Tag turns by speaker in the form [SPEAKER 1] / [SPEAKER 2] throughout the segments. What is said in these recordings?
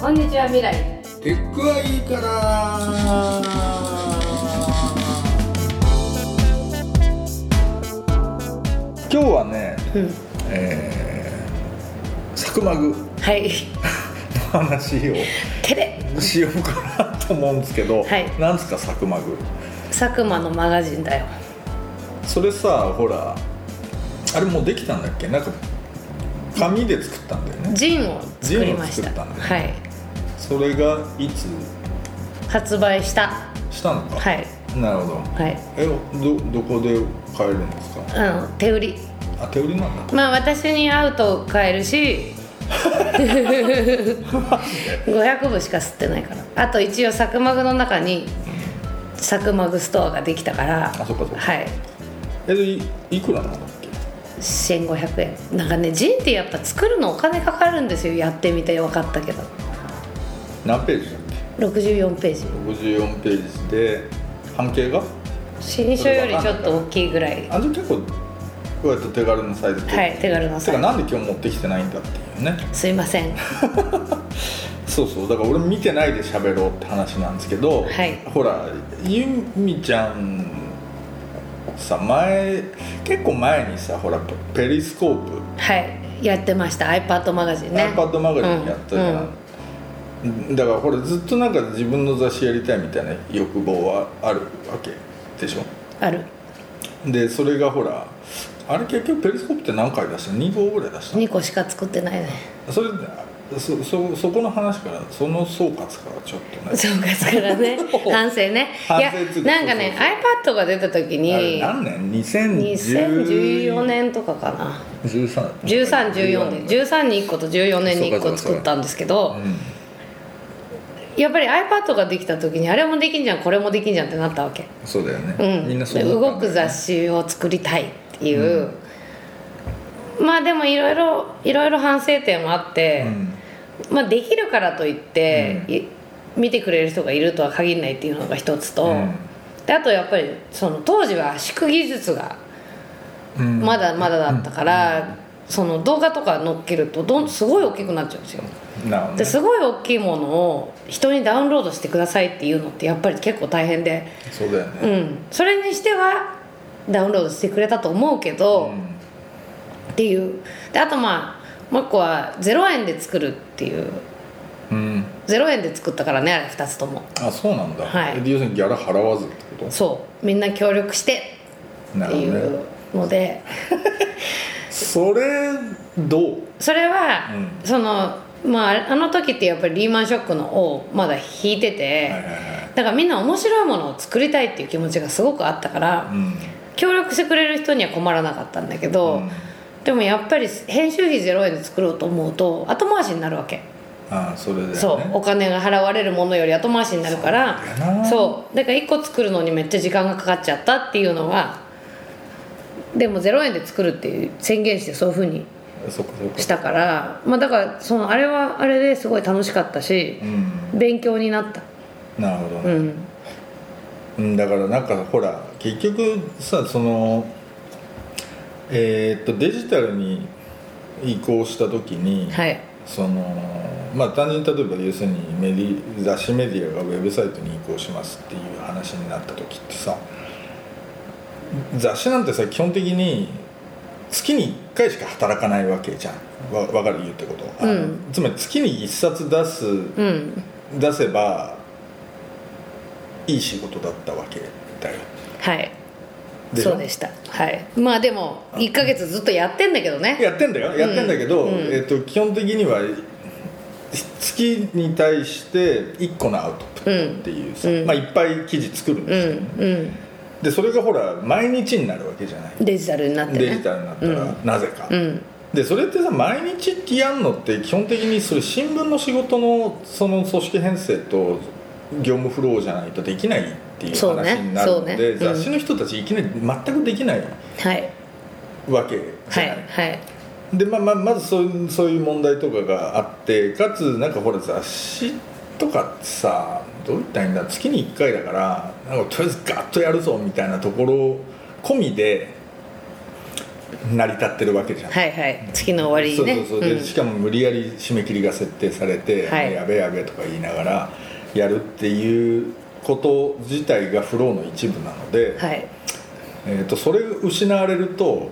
[SPEAKER 1] こんにちは未来
[SPEAKER 2] テックはいいから今日はね、えー、サクマグ
[SPEAKER 1] はい
[SPEAKER 2] の話
[SPEAKER 1] テレ
[SPEAKER 2] をしようかなと思うんですけ ど、
[SPEAKER 1] はい
[SPEAKER 2] なんですかサクマグ
[SPEAKER 1] 佐久間のマガジンだよ
[SPEAKER 2] それさほらあれもうできたんだっけなんか紙で作ったんだよね
[SPEAKER 1] ジンを作りまし
[SPEAKER 2] ジンを作ったたんだ
[SPEAKER 1] はい
[SPEAKER 2] それがいつ
[SPEAKER 1] 発売した
[SPEAKER 2] したのか
[SPEAKER 1] はい
[SPEAKER 2] なるほど
[SPEAKER 1] はい
[SPEAKER 2] えどどこで買えるんですか
[SPEAKER 1] あの手売り
[SPEAKER 2] あ手売りなんだ
[SPEAKER 1] まあ私に会うと買える し500部しか吸ってないからあと一応サクマグの中にサクマグストアができたから
[SPEAKER 2] あそっかそっか
[SPEAKER 1] はい
[SPEAKER 2] えでいいくらなんだっけ
[SPEAKER 1] 1500円なんかねジンってやっぱ作るのお金かかるんですよやってみて分かったけど
[SPEAKER 2] 何ページだっけ
[SPEAKER 1] 64ページ
[SPEAKER 2] 54ページで半径が
[SPEAKER 1] 新書よりちょっと大きいぐらい
[SPEAKER 2] あじゃあ結構こうやって手軽なサイズで
[SPEAKER 1] はい手軽な
[SPEAKER 2] て
[SPEAKER 1] サ
[SPEAKER 2] か
[SPEAKER 1] イズ
[SPEAKER 2] なんで今日持ってきてないんだっていうね
[SPEAKER 1] すいません
[SPEAKER 2] そうそうだから俺見てないで喋ろうって話なんですけど、
[SPEAKER 1] はい
[SPEAKER 2] ほらゆみちゃんさ前結構前にさほらペリスコープ
[SPEAKER 1] はいやってました iPad マガジンね
[SPEAKER 2] iPad マガジンやったじゃ
[SPEAKER 1] うん
[SPEAKER 2] ん、だからほらずっとなんか自分の雑誌やりたいみたいな欲望はあるわけでしょ
[SPEAKER 1] ある
[SPEAKER 2] でそれがほらあれ結局ペリスコープって何回出した2号ぐらい出し
[SPEAKER 1] 2個しか作ってないね
[SPEAKER 2] たそれそそそこの話からその総括からちょっとね
[SPEAKER 1] そうですから ね反省ね
[SPEAKER 2] 反
[SPEAKER 1] い
[SPEAKER 2] 省
[SPEAKER 1] や
[SPEAKER 2] っていうか
[SPEAKER 1] なんかね
[SPEAKER 2] そ
[SPEAKER 1] iPad
[SPEAKER 2] う
[SPEAKER 1] が出た時
[SPEAKER 2] あれ
[SPEAKER 1] に
[SPEAKER 2] 何年2014
[SPEAKER 1] 2014年とかかな
[SPEAKER 2] 13
[SPEAKER 1] 1314で13に1個と14年に1個作ったんですけど
[SPEAKER 2] うん
[SPEAKER 1] やっぱり iPad ができた時にあれもできんじゃんこれもできんじゃんってなったわけ
[SPEAKER 2] そうだよね、
[SPEAKER 1] うん、
[SPEAKER 2] みんなそう思
[SPEAKER 1] 動
[SPEAKER 2] ったんだ
[SPEAKER 1] く雑誌を作りたいっていう、まあでもいろいろいろいろ反省点はあって、まあ、できるからといって、い見てくれる人がいるとは限らないっていうのが一つと、
[SPEAKER 2] うん
[SPEAKER 1] であとやっぱりその当時は圧縮技術が
[SPEAKER 2] うんうん
[SPEAKER 1] まだまだだったから、その動画とか載っけるとどんすごい大きくなっちゃうんですよ。
[SPEAKER 2] なるほどね
[SPEAKER 1] ですごい大きいものを人にダウンロードしてくださいっていうのってやっぱり結構大変で。
[SPEAKER 2] そうだよね、
[SPEAKER 1] うん、それにしてはダウンロードしてくれたと思うけど、っていうであとまあもう一個は0円で作るっていう
[SPEAKER 2] うん
[SPEAKER 1] 0円で作ったからねあれ2つとも
[SPEAKER 2] あそうなんだ、
[SPEAKER 1] はい
[SPEAKER 2] 要するにギャラ払わずってこ
[SPEAKER 1] そうみんな協力して
[SPEAKER 2] とな
[SPEAKER 1] っ
[SPEAKER 2] る
[SPEAKER 1] て
[SPEAKER 2] ほ
[SPEAKER 1] い
[SPEAKER 2] どね
[SPEAKER 1] うので
[SPEAKER 2] それどう
[SPEAKER 1] それは、
[SPEAKER 2] う
[SPEAKER 1] そのまああの時ってやっぱりリーマンショックのをまだ引いてて、
[SPEAKER 2] はいはいはい
[SPEAKER 1] だからみんな面白いものを作りたいっていう気持ちがすごくあったから、
[SPEAKER 2] うん
[SPEAKER 1] 協力してくれる人には困らなかったんだけど、
[SPEAKER 2] うん
[SPEAKER 1] でもやっぱり編集費0円で作ろうと思うと後回しになるわけ、
[SPEAKER 2] ああそれで、ね、
[SPEAKER 1] そうお金が払われるものより後回しになるから
[SPEAKER 2] そうだよな
[SPEAKER 1] そうだから1個作るのにめっちゃ時間がかかっちゃったっていうのはでも0円で作るっていう宣言してそういうふうに
[SPEAKER 2] そっかそっか
[SPEAKER 1] したからまあだからそのあれはあれですごい楽しかったし
[SPEAKER 2] う、ん
[SPEAKER 1] 勉強になった
[SPEAKER 2] なるほど
[SPEAKER 1] う
[SPEAKER 2] ね、
[SPEAKER 1] ん
[SPEAKER 2] うん、だからなんかほら結局さそのえーっとデジタルに移行した時に、
[SPEAKER 1] はい
[SPEAKER 2] そのまあ単純に例えば要するにメディ雑誌メディアがウェブサイトに移行しますっていう話になった時ってさ雑誌なんてさ基本的に月に1回しか働かないわけじゃんわ分かる言うってこと、あの
[SPEAKER 1] うん
[SPEAKER 2] つまり月に1冊出す
[SPEAKER 1] うん
[SPEAKER 2] 出せばいい仕事だったわけだよ
[SPEAKER 1] はい
[SPEAKER 2] でしょ
[SPEAKER 1] そうでしたはいまあでも1ヶ月ずっとやってんだけどね
[SPEAKER 2] やってんだよやってんだけど、
[SPEAKER 1] うんうん
[SPEAKER 2] えっと基本的には月に対して1個のアウトプットっていうさ、
[SPEAKER 1] うんうん
[SPEAKER 2] まあ、いっぱい記事作るん
[SPEAKER 1] うん
[SPEAKER 2] ですよ、でそれがほら毎日になるわけじゃない
[SPEAKER 1] うんデジタルになってね
[SPEAKER 2] デジタルになったらなぜか、
[SPEAKER 1] うん
[SPEAKER 2] でそれってさ毎日ってやんのって基本的にそれ新聞の仕事のその組織編成と業務フローじゃないとできないっていう
[SPEAKER 1] そうね
[SPEAKER 2] 話になるので、
[SPEAKER 1] そうねうん
[SPEAKER 2] 雑誌の人たちいきなり全くできない
[SPEAKER 1] はい
[SPEAKER 2] わけじ
[SPEAKER 1] は
[SPEAKER 2] ゃ
[SPEAKER 1] い
[SPEAKER 2] ない、
[SPEAKER 1] はい
[SPEAKER 2] でまあまあまずそうそういう問題とかがあってかつなんかほら雑誌とかってさどういったらいいんだ月に1回だからなんかとりあえずガッとやるぞみたいなところ込みで成り立ってるわけじゃん、
[SPEAKER 1] はいはい月の終わりにね
[SPEAKER 2] そうそうそう、でしかも無理やり締め切りが設定されて、
[SPEAKER 1] はい
[SPEAKER 2] やべやべとか言いながらやるっていうこと自体がフローの一部なので、
[SPEAKER 1] うんはい
[SPEAKER 2] えー、とそれが失われると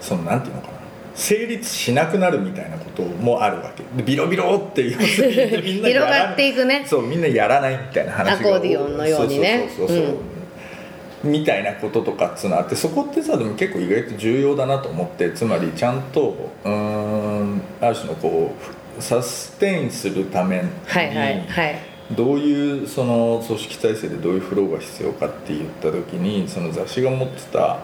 [SPEAKER 2] そのなんていうのかな成立しなくなるみたいなこともあるわけでビロビロっていう
[SPEAKER 1] 広がっていくね
[SPEAKER 2] そうみんなやらないみたいな話が
[SPEAKER 1] アコーディオンのようにね
[SPEAKER 2] そうそうそうそう
[SPEAKER 1] う
[SPEAKER 2] みたいなこととかっつうのあってそこってさでも結構意外と重要だなと思ってつまりちゃんとうーんある種のこうサステインするために、
[SPEAKER 1] はいはいはい
[SPEAKER 2] どういうその組織体制でどういうフローが必要かって言った時にその雑誌が持ってた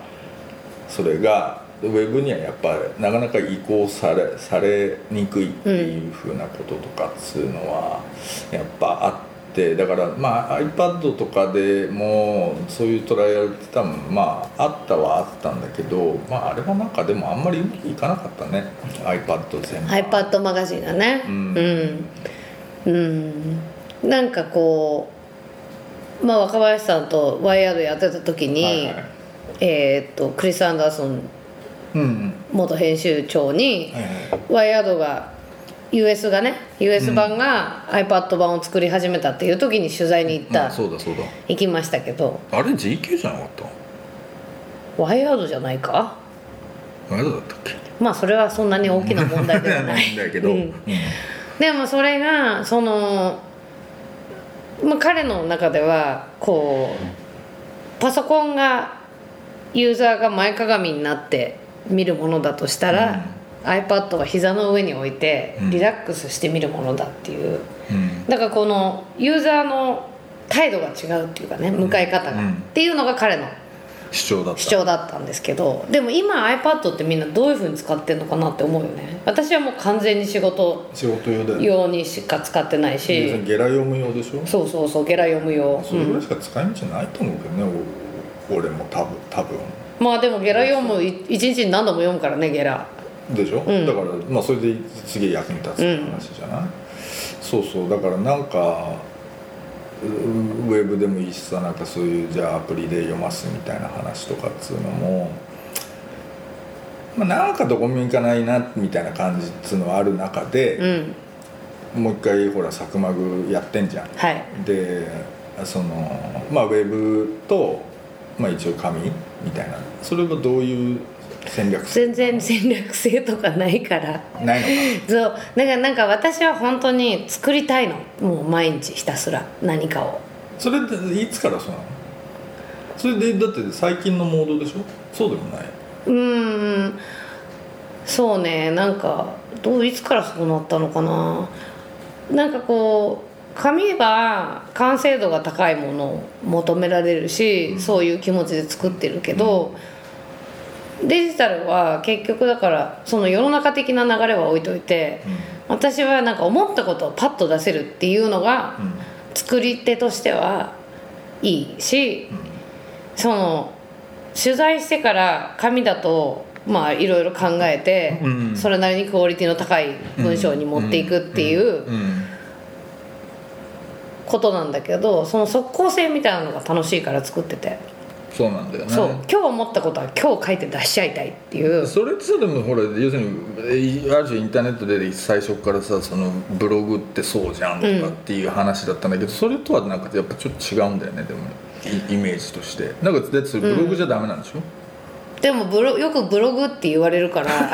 [SPEAKER 2] それがウェブにはやっぱりなかなか移行されされにくいっていうふうなこととかっつうのはやっぱあってだからまあ iPad とかでもそういうトライアルって多分まああったはあったんだけどまああれはなんかでもあんまりうまくいかなかったね iPad 全部。
[SPEAKER 1] iPad マガジンだね
[SPEAKER 2] う
[SPEAKER 1] うんん、うんなんかこうまあ若林さんとワイヤードやってた時に、
[SPEAKER 2] はいはい
[SPEAKER 1] えーっとクリス・アンダーソン
[SPEAKER 2] うんうん
[SPEAKER 1] 元編集長に、
[SPEAKER 2] はいはい
[SPEAKER 1] ワイヤードが US がね US 版が iPad 版を作り始めたっていう時に取材に行った、
[SPEAKER 2] まあそうだそうだ
[SPEAKER 1] 行きましたけど
[SPEAKER 2] あれ GQ じゃなかった
[SPEAKER 1] ワイヤードじゃないか
[SPEAKER 2] あれだったっけ
[SPEAKER 1] まあそれはそんなに大きな問題では ない
[SPEAKER 2] だけど、
[SPEAKER 1] うんでもそれがその、まあ、彼の中ではこうパソコンがユーザーが前かがみになって見るものだとしたら、iPad は膝の上に置いて
[SPEAKER 2] うん
[SPEAKER 1] リラックスして見るものだっていう、
[SPEAKER 2] うん
[SPEAKER 1] だからこのユーザーの態度が違うっていうかね向かい方が、
[SPEAKER 2] うん
[SPEAKER 1] っていうのが彼の
[SPEAKER 2] 主張だった
[SPEAKER 1] 主張だったんですけどでも今 iPad ってみんなどういうふうに使ってるのかなって思うよね私はもう完全に仕事
[SPEAKER 2] 仕事用だよね
[SPEAKER 1] 用にしか使ってない
[SPEAKER 2] 要す
[SPEAKER 1] し
[SPEAKER 2] るにゲラ読む用でしょ
[SPEAKER 1] そうそうそうゲラ読む用、
[SPEAKER 2] それぐらいしか使い道ないと思うけどね、お俺も多分多分
[SPEAKER 1] うんまあでもゲラ読むい一日に何度も読むからねゲラ
[SPEAKER 2] でしょ、
[SPEAKER 1] ん
[SPEAKER 2] だからまあそれですげえ役に立つって話じゃない、そうそうだからなんかうウェブでもいいしさなんかそういうじゃあアプリで読ますみたいな話とかっつうのも、まあ、なんかどこにも行かないなみたいな感じっつうのはある中
[SPEAKER 1] う
[SPEAKER 2] で、
[SPEAKER 1] ん
[SPEAKER 2] もう一回ほらサクマグやってんじゃん
[SPEAKER 1] はい
[SPEAKER 2] でそのまあウェブと、まあ、一応紙みたいなそれはどういう戦略
[SPEAKER 1] 全然戦略性とかないから
[SPEAKER 2] ないのか
[SPEAKER 1] そうだからなんか私は本当に作りたいのもう毎日ひたすら何かを
[SPEAKER 2] それっていつからそうなのそれでだって最近のモードでしょそうでもないう
[SPEAKER 1] ーんそうねなんかどういつからそうなったのかななんかこう紙は完成度が高いものを求められるし、そういう気持ちで作ってるけど、デジタルは結局だからその世の中的な流れは置いといて、私はなんか思ったことをパッと出せるっていうのが、
[SPEAKER 2] う
[SPEAKER 1] 作り手としてはいいし、その取材してから紙だとまあいろいろ考えて、
[SPEAKER 2] うん
[SPEAKER 1] それなりにクオリティの高い文章に持っていくっていううん
[SPEAKER 2] うん
[SPEAKER 1] ことなんだけどその即効性みたいなのが楽しいから作ってて、
[SPEAKER 2] そうなんだよね
[SPEAKER 1] そう今日思ったことは今日書いて出しちゃいたいっていう
[SPEAKER 2] それってさでもほら要するにえある種インターネットで最初からさそのブログってそうじゃんとかっていう話だったんだけど、それとはなんかやっぱちょっと違うんだよねでもイイメージとしてなんかだってそれブログじゃダメなんでしょ、
[SPEAKER 1] でもブロよくブログって言われる から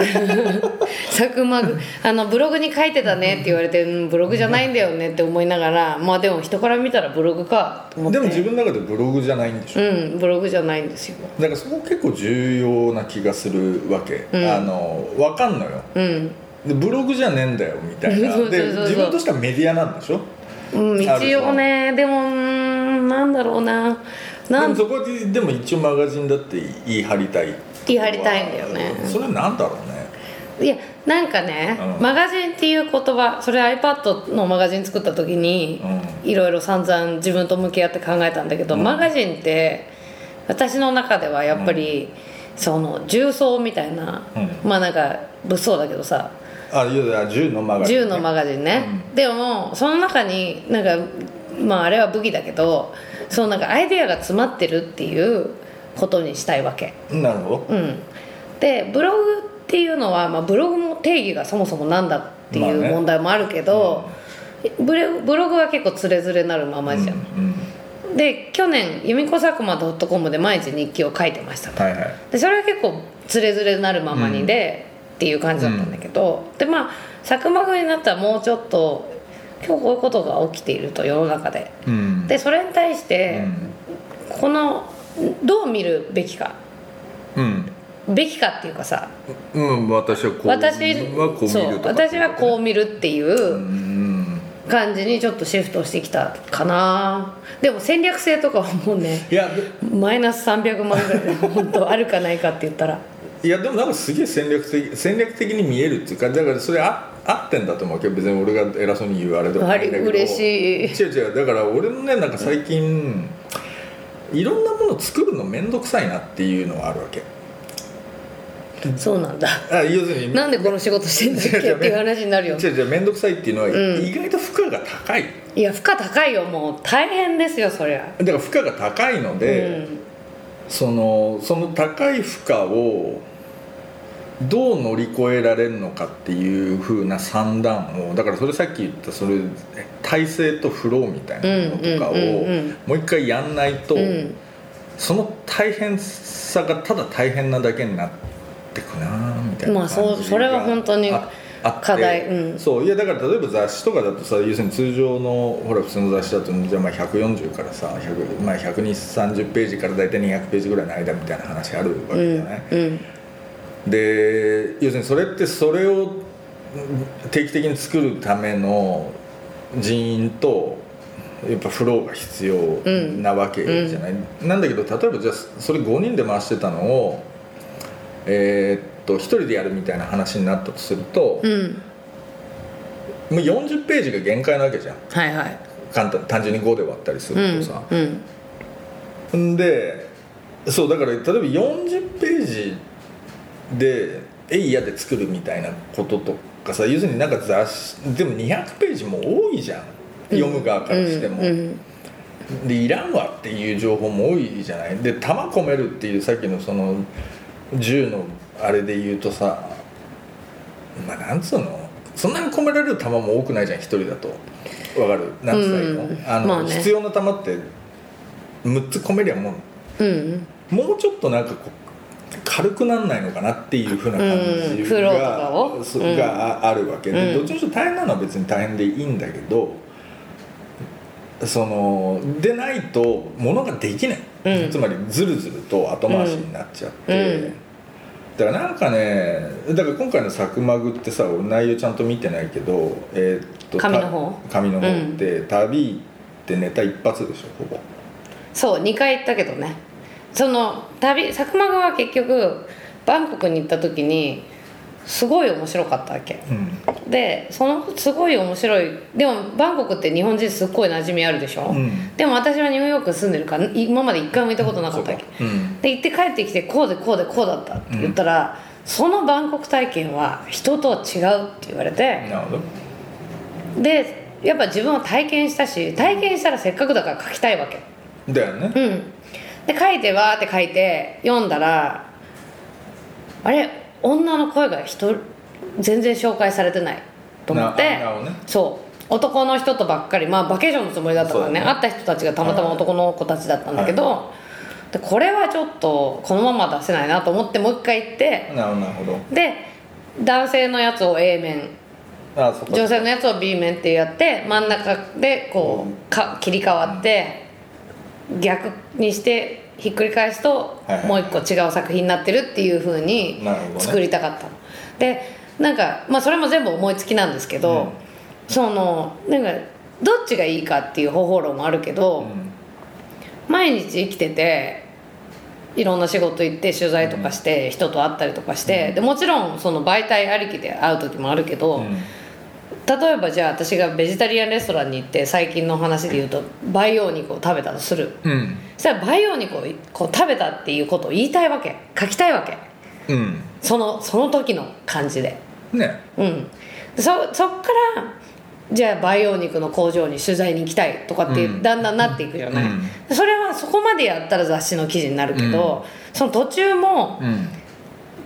[SPEAKER 1] 作間ぐあのブログに書いてたねって言われてうんブログじゃないんだよねって思いながらまあでも人から見たらブログかと思って
[SPEAKER 2] でも自分の中でブログじゃないんでしょ、
[SPEAKER 1] うんブログじゃないんですよ
[SPEAKER 2] だからそこ結構重要な気がするわけ、
[SPEAKER 1] ん
[SPEAKER 2] あの分かんのよ
[SPEAKER 1] うん、
[SPEAKER 2] でブログじゃねえんだよみたいな
[SPEAKER 1] そうそうそう
[SPEAKER 2] で
[SPEAKER 1] そう
[SPEAKER 2] 自分としてはメディアなんでしょ
[SPEAKER 1] うん、
[SPEAKER 2] ある
[SPEAKER 1] 一応ねでもうーんなんだろうな
[SPEAKER 2] で
[SPEAKER 1] な
[SPEAKER 2] も
[SPEAKER 1] ん
[SPEAKER 2] そこででも一応マガジンだって言い張りたい
[SPEAKER 1] 言い張りたいんだよね
[SPEAKER 2] それなんだろうね
[SPEAKER 1] いやなんかね、
[SPEAKER 2] うん
[SPEAKER 1] マガジンっていう言葉それ iPad のマガジン作った時にいろいろ散々自分と向き合って考えたんだけど、マガジンって私の中ではやっぱり、その重曹みたいな、
[SPEAKER 2] う
[SPEAKER 1] まあなんか物騒だけどさ
[SPEAKER 2] あいや銃のマガジン、
[SPEAKER 1] 銃のマガジンね、でもその中になんかまああれは武器だけどそのなんかアイデアが詰まってるっていうことにしたいわけ
[SPEAKER 2] なるほど
[SPEAKER 1] うんでブログっていうのは、まあ、ブログも定義がそもそもなんだって
[SPEAKER 2] まあ
[SPEAKER 1] い
[SPEAKER 2] ね
[SPEAKER 1] う問題もあるけど、ブレブログは結構つれづれなるままじゃん、
[SPEAKER 2] うんうん
[SPEAKER 1] で去年「由美子佐久間 .com」で毎日日記を書いてましたと
[SPEAKER 2] はいはい
[SPEAKER 1] でそれは結構つれづれなるままにで、っていう感じだったんだけど、でまあ佐久間君になったらもうちょっと今日こういうことが起きていると世の中で
[SPEAKER 2] うん
[SPEAKER 1] でそれに対し
[SPEAKER 2] う
[SPEAKER 1] て、
[SPEAKER 2] ん
[SPEAKER 1] このどう見るべきか
[SPEAKER 2] うん
[SPEAKER 1] べきかっていうかさ
[SPEAKER 2] うん、私はこう
[SPEAKER 1] 私
[SPEAKER 2] はこう見る
[SPEAKER 1] そう
[SPEAKER 2] とか
[SPEAKER 1] 私はこう見るっていううん感じにちょっとシフトしてきたかなでも戦略性とかはもうね
[SPEAKER 2] いや
[SPEAKER 1] マイナス300万ぐらい本当あるかないかって言ったら
[SPEAKER 2] いやでもなんかすげえ戦略的戦略的に見えるっていうかだからそれあ合ってんだと思うけど別に俺が偉そうに言うあれでもないんだけど
[SPEAKER 1] あれ嬉し
[SPEAKER 2] 違う違うだから俺もねなんか最近いろんなもの作るの面倒くさいなっていうのはあるわけ
[SPEAKER 1] そうなんだ
[SPEAKER 2] あ要するに
[SPEAKER 1] なんでこの仕事してんだっけっていう話になるよ
[SPEAKER 2] 違う違う面倒くさいっていうのは
[SPEAKER 1] ん
[SPEAKER 2] 意外と負荷が高い、
[SPEAKER 1] いや負荷高いよもう大変ですよそりゃ
[SPEAKER 2] だから負荷が高いの
[SPEAKER 1] うん
[SPEAKER 2] で、そのその高い負荷をどう乗り越えられるのかっていう風な算段をだからそれさっき言ったそれ体制とフローみたいなものとかを
[SPEAKER 1] うんうんうんうん
[SPEAKER 2] もう一回やんないと、
[SPEAKER 1] うん
[SPEAKER 2] その大変さがただ大変なだけになってくなみたいな感じが
[SPEAKER 1] まあそうそれは本当に
[SPEAKER 2] ああって
[SPEAKER 1] 課題うん
[SPEAKER 2] そういやだから例えば雑誌とかだとさ要するに通常のほら普通の雑誌だとじゃあまあ140からさ100まあ、12030ページから大体200ページぐらいの間みたいな話あるわ
[SPEAKER 1] う
[SPEAKER 2] け
[SPEAKER 1] ん
[SPEAKER 2] じゃない、
[SPEAKER 1] うん
[SPEAKER 2] で要するにそれってそれを定期的に作るための人員とやっぱフローが必要なわけじゃない、なんだけど例えばじゃあそれ5人で回してたのをえーっと1人でやるみたいな話になったとすると、
[SPEAKER 1] うん
[SPEAKER 2] もう40ページが限界なわけじゃん
[SPEAKER 1] はいはい
[SPEAKER 2] 簡単単純に5で割ったりす
[SPEAKER 1] う
[SPEAKER 2] る
[SPEAKER 1] ん
[SPEAKER 2] とさ、
[SPEAKER 1] うん
[SPEAKER 2] んでそうだから例えば40ページで「えいや」で作るみたいなこととかさ要するになんか雑誌でも200ページも多いじゃん読む側からしても。
[SPEAKER 1] うん
[SPEAKER 2] でいらんわっていう情報も多いじゃないで弾込めるっていうさっきのその銃のあれで言うとさまあなんつうのそんなに込められる弾も多くないじゃん一人だとわかるなんつったらいいの,、
[SPEAKER 1] うん
[SPEAKER 2] あの
[SPEAKER 1] まあね
[SPEAKER 2] 必要な弾って6つ込めりゃもう
[SPEAKER 1] うん
[SPEAKER 2] もうちょっとなんかこう軽くなんないのかなっていうふうな感じ
[SPEAKER 1] うん
[SPEAKER 2] が,
[SPEAKER 1] フローとかを
[SPEAKER 2] そう
[SPEAKER 1] うん
[SPEAKER 2] がああるわけ
[SPEAKER 1] う
[SPEAKER 2] で、
[SPEAKER 1] ん
[SPEAKER 2] どっちにしろ大変なのは別に大変でいいんだけどそのでないとものができない、
[SPEAKER 1] うん
[SPEAKER 2] つまりずるずると後回しになっちゃって、
[SPEAKER 1] うんうん
[SPEAKER 2] だからなんかねだから今回の「サクマグ」ってさ俺内容ちゃんと見てないけど、えーっと
[SPEAKER 1] 紙の方
[SPEAKER 2] た紙の方って、旅行ってネタ一発でしょほぼ。
[SPEAKER 1] そう2回行ったけどねその旅佐久間が結局バンコクに行った時にすごい面白かったわけ
[SPEAKER 2] うん
[SPEAKER 1] でそのすごい面白いでもバンコクって日本人すっごい馴染みあるでしょ、
[SPEAKER 2] うん
[SPEAKER 1] でも私はニューヨーク住んでるから今まで一回も行ったことなかったわけ、
[SPEAKER 2] うん
[SPEAKER 1] で行って帰ってきてこうでこうでこうだったって言ったら、そのバンコク体験は人とは違うって言われて、
[SPEAKER 2] なるほど
[SPEAKER 1] でやっぱ自分は体験したし体験したらせっかくだから書きたいわけ、
[SPEAKER 2] だよね、
[SPEAKER 1] うん、で書いてわーって書いて読んだらあれ女の声が人全然紹介されてないと思って、
[SPEAKER 2] ななるほどね
[SPEAKER 1] そう男の人とばっかりまあバケーションのつもりだったからね
[SPEAKER 2] そうだ
[SPEAKER 1] 会
[SPEAKER 2] ね
[SPEAKER 1] った人たちがたまたま男の子たちだったんだけど、でこれはちょっとこのまま出せないなと思ってもう一回行って
[SPEAKER 2] なるほどなるほど
[SPEAKER 1] で男性のやつを A 面
[SPEAKER 2] あそっか
[SPEAKER 1] 女性のやつを B 面ってやって真ん中でこうか切り替わって逆にしてひっくり返すと
[SPEAKER 2] はいはい
[SPEAKER 1] もう一個違う作品になってるっていう風に
[SPEAKER 2] なるほどね
[SPEAKER 1] 作りたかったの、でなんか、まあ、それも全部思いつきなんですけど、
[SPEAKER 2] うん
[SPEAKER 1] そのなんかどっちがいいかっていう方法論もあるけど、
[SPEAKER 2] うん
[SPEAKER 1] 毎日生きてていろんな仕事行って取材とかして人と会ったりとかして、でもちろんその媒体ありきで会う時もあるけど、
[SPEAKER 2] うん
[SPEAKER 1] 例えばじゃあ私がベジタリアンレストランに行って最近の話で言うと培養肉を食べたとする
[SPEAKER 2] うん
[SPEAKER 1] そしたら培養肉をこう食べたっていうことを言いたいわけ書きたいわけ
[SPEAKER 2] うん
[SPEAKER 1] そのその時の感じで
[SPEAKER 2] ね
[SPEAKER 1] うんでそそっからじゃあ培養肉の工場に取材に行きたいとかって
[SPEAKER 2] うん
[SPEAKER 1] だんだんなっていくじゃない、
[SPEAKER 2] うん
[SPEAKER 1] でそれはそこまでやったら雑誌の記事になるけど、その途中も
[SPEAKER 2] うん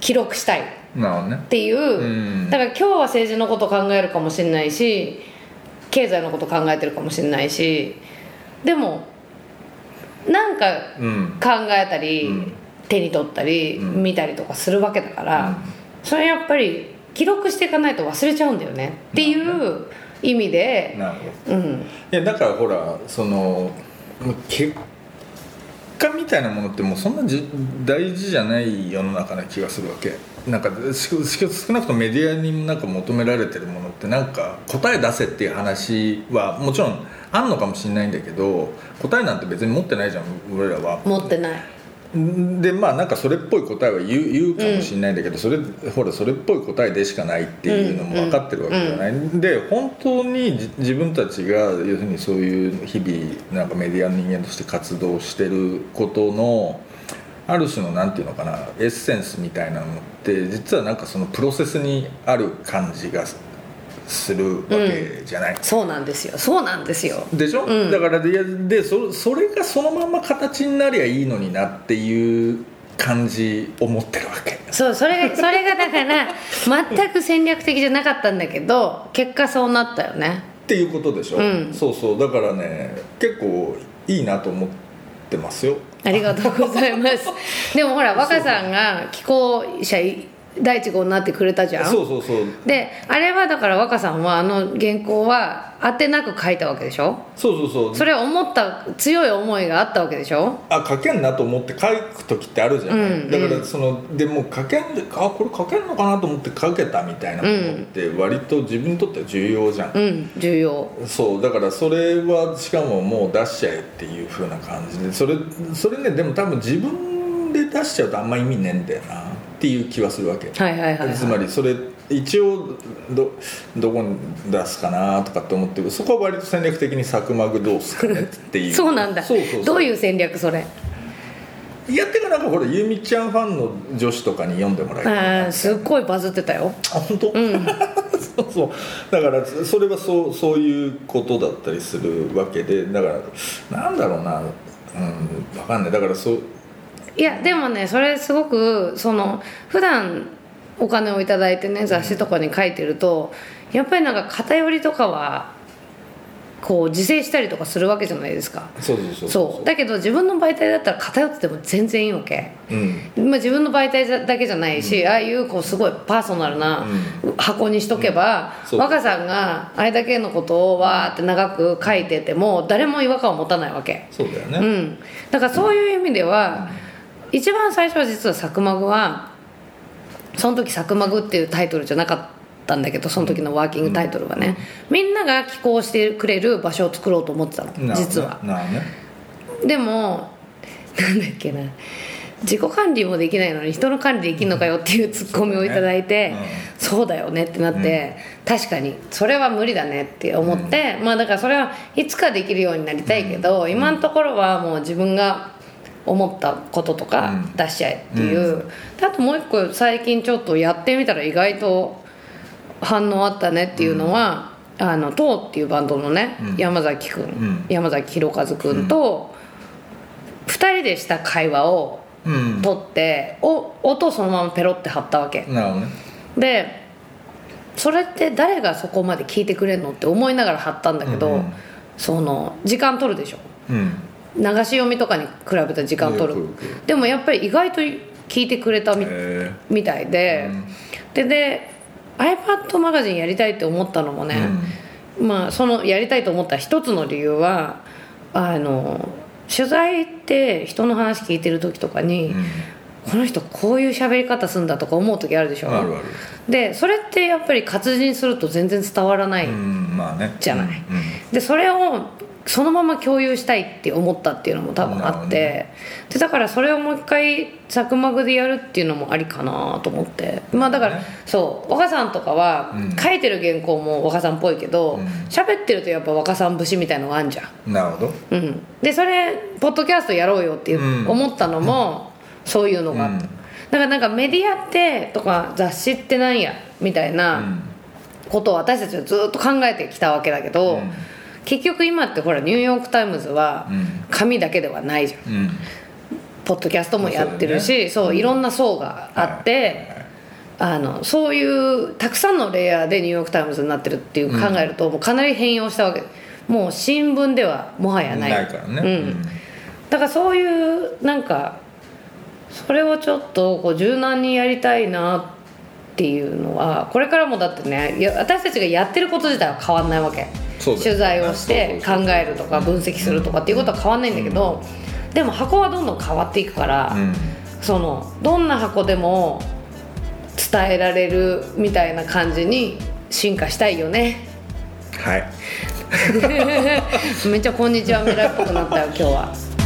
[SPEAKER 1] 記録したいっ
[SPEAKER 2] なるほどね
[SPEAKER 1] ていう、
[SPEAKER 2] うん
[SPEAKER 1] だから今日は政治のこと考えるかもしれないし経済のこと考えてるかもしれないしでもなんか
[SPEAKER 2] うん
[SPEAKER 1] 考えたり、
[SPEAKER 2] うん
[SPEAKER 1] 手に取ったり、
[SPEAKER 2] うん
[SPEAKER 1] 見たりとかするわけだから、
[SPEAKER 2] うん
[SPEAKER 1] それやっぱり記録していかないと忘れちゃうんだよねっていう意味で、
[SPEAKER 2] なるほど
[SPEAKER 1] うん、
[SPEAKER 2] いやだからほらそのもう結果みたいなものってもうそんなじ大事じゃない世の中な気がするわけなんかしし少なくともメディアになんか求められてるものってなんか答え出せっていう話はもちろんあんのかもしれないんだけど答えなんて別に持ってないじゃん俺らは
[SPEAKER 1] 持ってない
[SPEAKER 2] でまあなんかそれっぽい答えは言う言うかもしれないんだけど、それほらそれっぽい答えでしかないっていうのも分かってるわけじゃない、で本当にじ自分たちが要するにそういう日々なんかメディアの人間として活動してることのある種のなんていうのかなエッセンスみたいなのって実はなんかそのプロセスにある感じがするわけじゃない、
[SPEAKER 1] そうなんですよそうなんですよ
[SPEAKER 2] でしょ、
[SPEAKER 1] うん
[SPEAKER 2] だからでいやでそそれがそのまま形になりゃいいのになっていう感じを持ってるわけ
[SPEAKER 1] そうそれそれがだから全く戦略的じゃなかったんだけど結果そうなったよね
[SPEAKER 2] っていうことでしょ、
[SPEAKER 1] うん
[SPEAKER 2] そうそうだからね結構いいなと思ってますよ
[SPEAKER 1] ありがとうございますでもほら若さんが既婚者第一号になってくれたじゃん
[SPEAKER 2] そうそうそう
[SPEAKER 1] であれはだから若さんはあの原稿は当てなく書いたわけでしょ
[SPEAKER 2] そうそうそ
[SPEAKER 1] そうれは思った強い思いがあったわけでしょ
[SPEAKER 2] あ書けんなと思って書く時ってあるじゃない、
[SPEAKER 1] うんうん
[SPEAKER 2] だからそのでもう書けんであこれ書けんのかなと思って書けたみたいなものって割と自分にとっては重要じゃん
[SPEAKER 1] うん重要
[SPEAKER 2] そうだからそれはしかももう出しちゃえっていう風な感じでそれそれねでも多分自分で出しちゃうとあんま意味ねえんだよなっていう気はするわけ、
[SPEAKER 1] はいはいはい、はい、
[SPEAKER 2] つまりそれ一応どどこに出すかなとかって思ってるそこは割と戦略的に作幕どうすかねって いう
[SPEAKER 1] そうなんだ
[SPEAKER 2] そうそうそう
[SPEAKER 1] どういう戦略それ
[SPEAKER 2] いやってかなんかほらゆみちゃんファンの女子とかに読んでもらいたいな
[SPEAKER 1] あーすっごいバズってたよ
[SPEAKER 2] あ本当、 そうそうだからそそれはそうそういうことだったりするわけでだからなんだろうなうん分かんないだからそう
[SPEAKER 1] いやでもねそれすごくその普段お金をいただいてね雑誌とかに書いてるとやっぱりなんか偏りとかはこう自制したりとかするわけじゃないですか
[SPEAKER 2] そうそうそう
[SPEAKER 1] そうだけど自分の媒体だったら偏ってても全然いいわけ、
[SPEAKER 2] うん
[SPEAKER 1] まあ、自分の媒体だけじゃないし、ああいうこうすごいパーソナルな箱にしとけば、
[SPEAKER 2] うんそう
[SPEAKER 1] 若さんがあれだけのことをわーって長く書いてても誰も違和感を持たないわけ、
[SPEAKER 2] そうだよね、
[SPEAKER 1] うん、だからそういう意味では、一番最初は実は「サクマグは」その時「サクマグ」っていうタイトルじゃなかったんだけどその時のワーキングタイトルはね、みんなが寄稿してくれる場所を作ろうと思ってたの
[SPEAKER 2] なるほどね
[SPEAKER 1] 実は
[SPEAKER 2] なるほどね
[SPEAKER 1] でもなんだっけな自己管理もできないのに人の管理できんのかよっていうツッコミをいただいて、そうだよねってなって、確かにそれは無理だねって思って、まあだからそれはいつかできるようになりたいけど、今のところはもう自分が思ったこととか
[SPEAKER 2] うん
[SPEAKER 1] 出しちゃえっていう、であともう一個最近ちょっとやってみたら意外と反応あったねっていうのは、あのトーっていうバンドのね、
[SPEAKER 2] うん
[SPEAKER 1] 山崎くん、
[SPEAKER 2] ん
[SPEAKER 1] 山崎弘和くんと、二人でした会話を
[SPEAKER 2] うん
[SPEAKER 1] 撮って、お音をそのままペロって貼ったわけ、
[SPEAKER 2] なるほどね
[SPEAKER 1] でそれって誰がそこまで聞いてくれるのって思いながら貼ったんだけど、
[SPEAKER 2] うんうん
[SPEAKER 1] その時間取るでしょ
[SPEAKER 2] うん
[SPEAKER 1] 流し読みとかに比べたら時間取
[SPEAKER 2] よ
[SPEAKER 1] る
[SPEAKER 2] くよ
[SPEAKER 1] でもやっぱり意外と聞いてくれたみ
[SPEAKER 2] え
[SPEAKER 1] みたいで、
[SPEAKER 2] うん
[SPEAKER 1] でで iPad マガジンやりたいって思ったのもね、まあそのやりたいと思った一つの理由はあの取材って人の話聞いてる時とかに、
[SPEAKER 2] ーうん
[SPEAKER 1] この人こういう喋り方すんだとか思う時あるでしょ
[SPEAKER 2] あるある
[SPEAKER 1] でそれってやっぱり活字にすると全然伝わらない、
[SPEAKER 2] うんまあね
[SPEAKER 1] じゃない
[SPEAKER 2] うんうん
[SPEAKER 1] でそれをそのまま共有したいって思ったっていうのも多分あって、
[SPEAKER 2] な
[SPEAKER 1] でだからそれをもう一回作幕でやるっていうのもありかなと思ってまあだから、
[SPEAKER 2] ね
[SPEAKER 1] そう若さんとかは
[SPEAKER 2] うん
[SPEAKER 1] 書いてる原稿も若さんっぽいけど
[SPEAKER 2] うん
[SPEAKER 1] 喋、ってるとやっぱ若さん節みたいのがあんじゃん、
[SPEAKER 2] なるほど
[SPEAKER 1] うん、でそれポッドキャストやろうよっていう
[SPEAKER 2] うん
[SPEAKER 1] 思ったのも、そういうのがあった、
[SPEAKER 2] うん
[SPEAKER 1] だからなんかメディアってとか雑誌ってなんやみたいな、ことを私たちはずっと考えてきたわけだけど、
[SPEAKER 2] うん
[SPEAKER 1] 結局今ってほらニューヨーク・タイムズは
[SPEAKER 2] うん
[SPEAKER 1] 紙だけではないじゃん、
[SPEAKER 2] うん
[SPEAKER 1] ポッドキャストもやってるしそう,、いろんな層があって、あのそういうたくさんのレイヤーでニューヨーク・タイムズになってるっていう考えると、もうかなり変容したわけもう新聞ではもはやない
[SPEAKER 2] ないからね、
[SPEAKER 1] うんだからそういうなんかそれをちょっとこう柔軟にやりたいなっていうのはこれからもだってねいや私たちがやってること自体は変わんないわけ、
[SPEAKER 2] そうだよね
[SPEAKER 1] 取材をし
[SPEAKER 2] そう
[SPEAKER 1] て
[SPEAKER 2] そう
[SPEAKER 1] 考
[SPEAKER 2] そう
[SPEAKER 1] えるとか分析するとかっていうことは変わんないんだけど、でも箱はどんどん変わっていくから、
[SPEAKER 2] うん
[SPEAKER 1] そのどんな箱でも伝えられるみたいな感じに進化したいよね
[SPEAKER 2] はい
[SPEAKER 1] めっちゃ「こんにちは」未来っぽくなったよ今日は。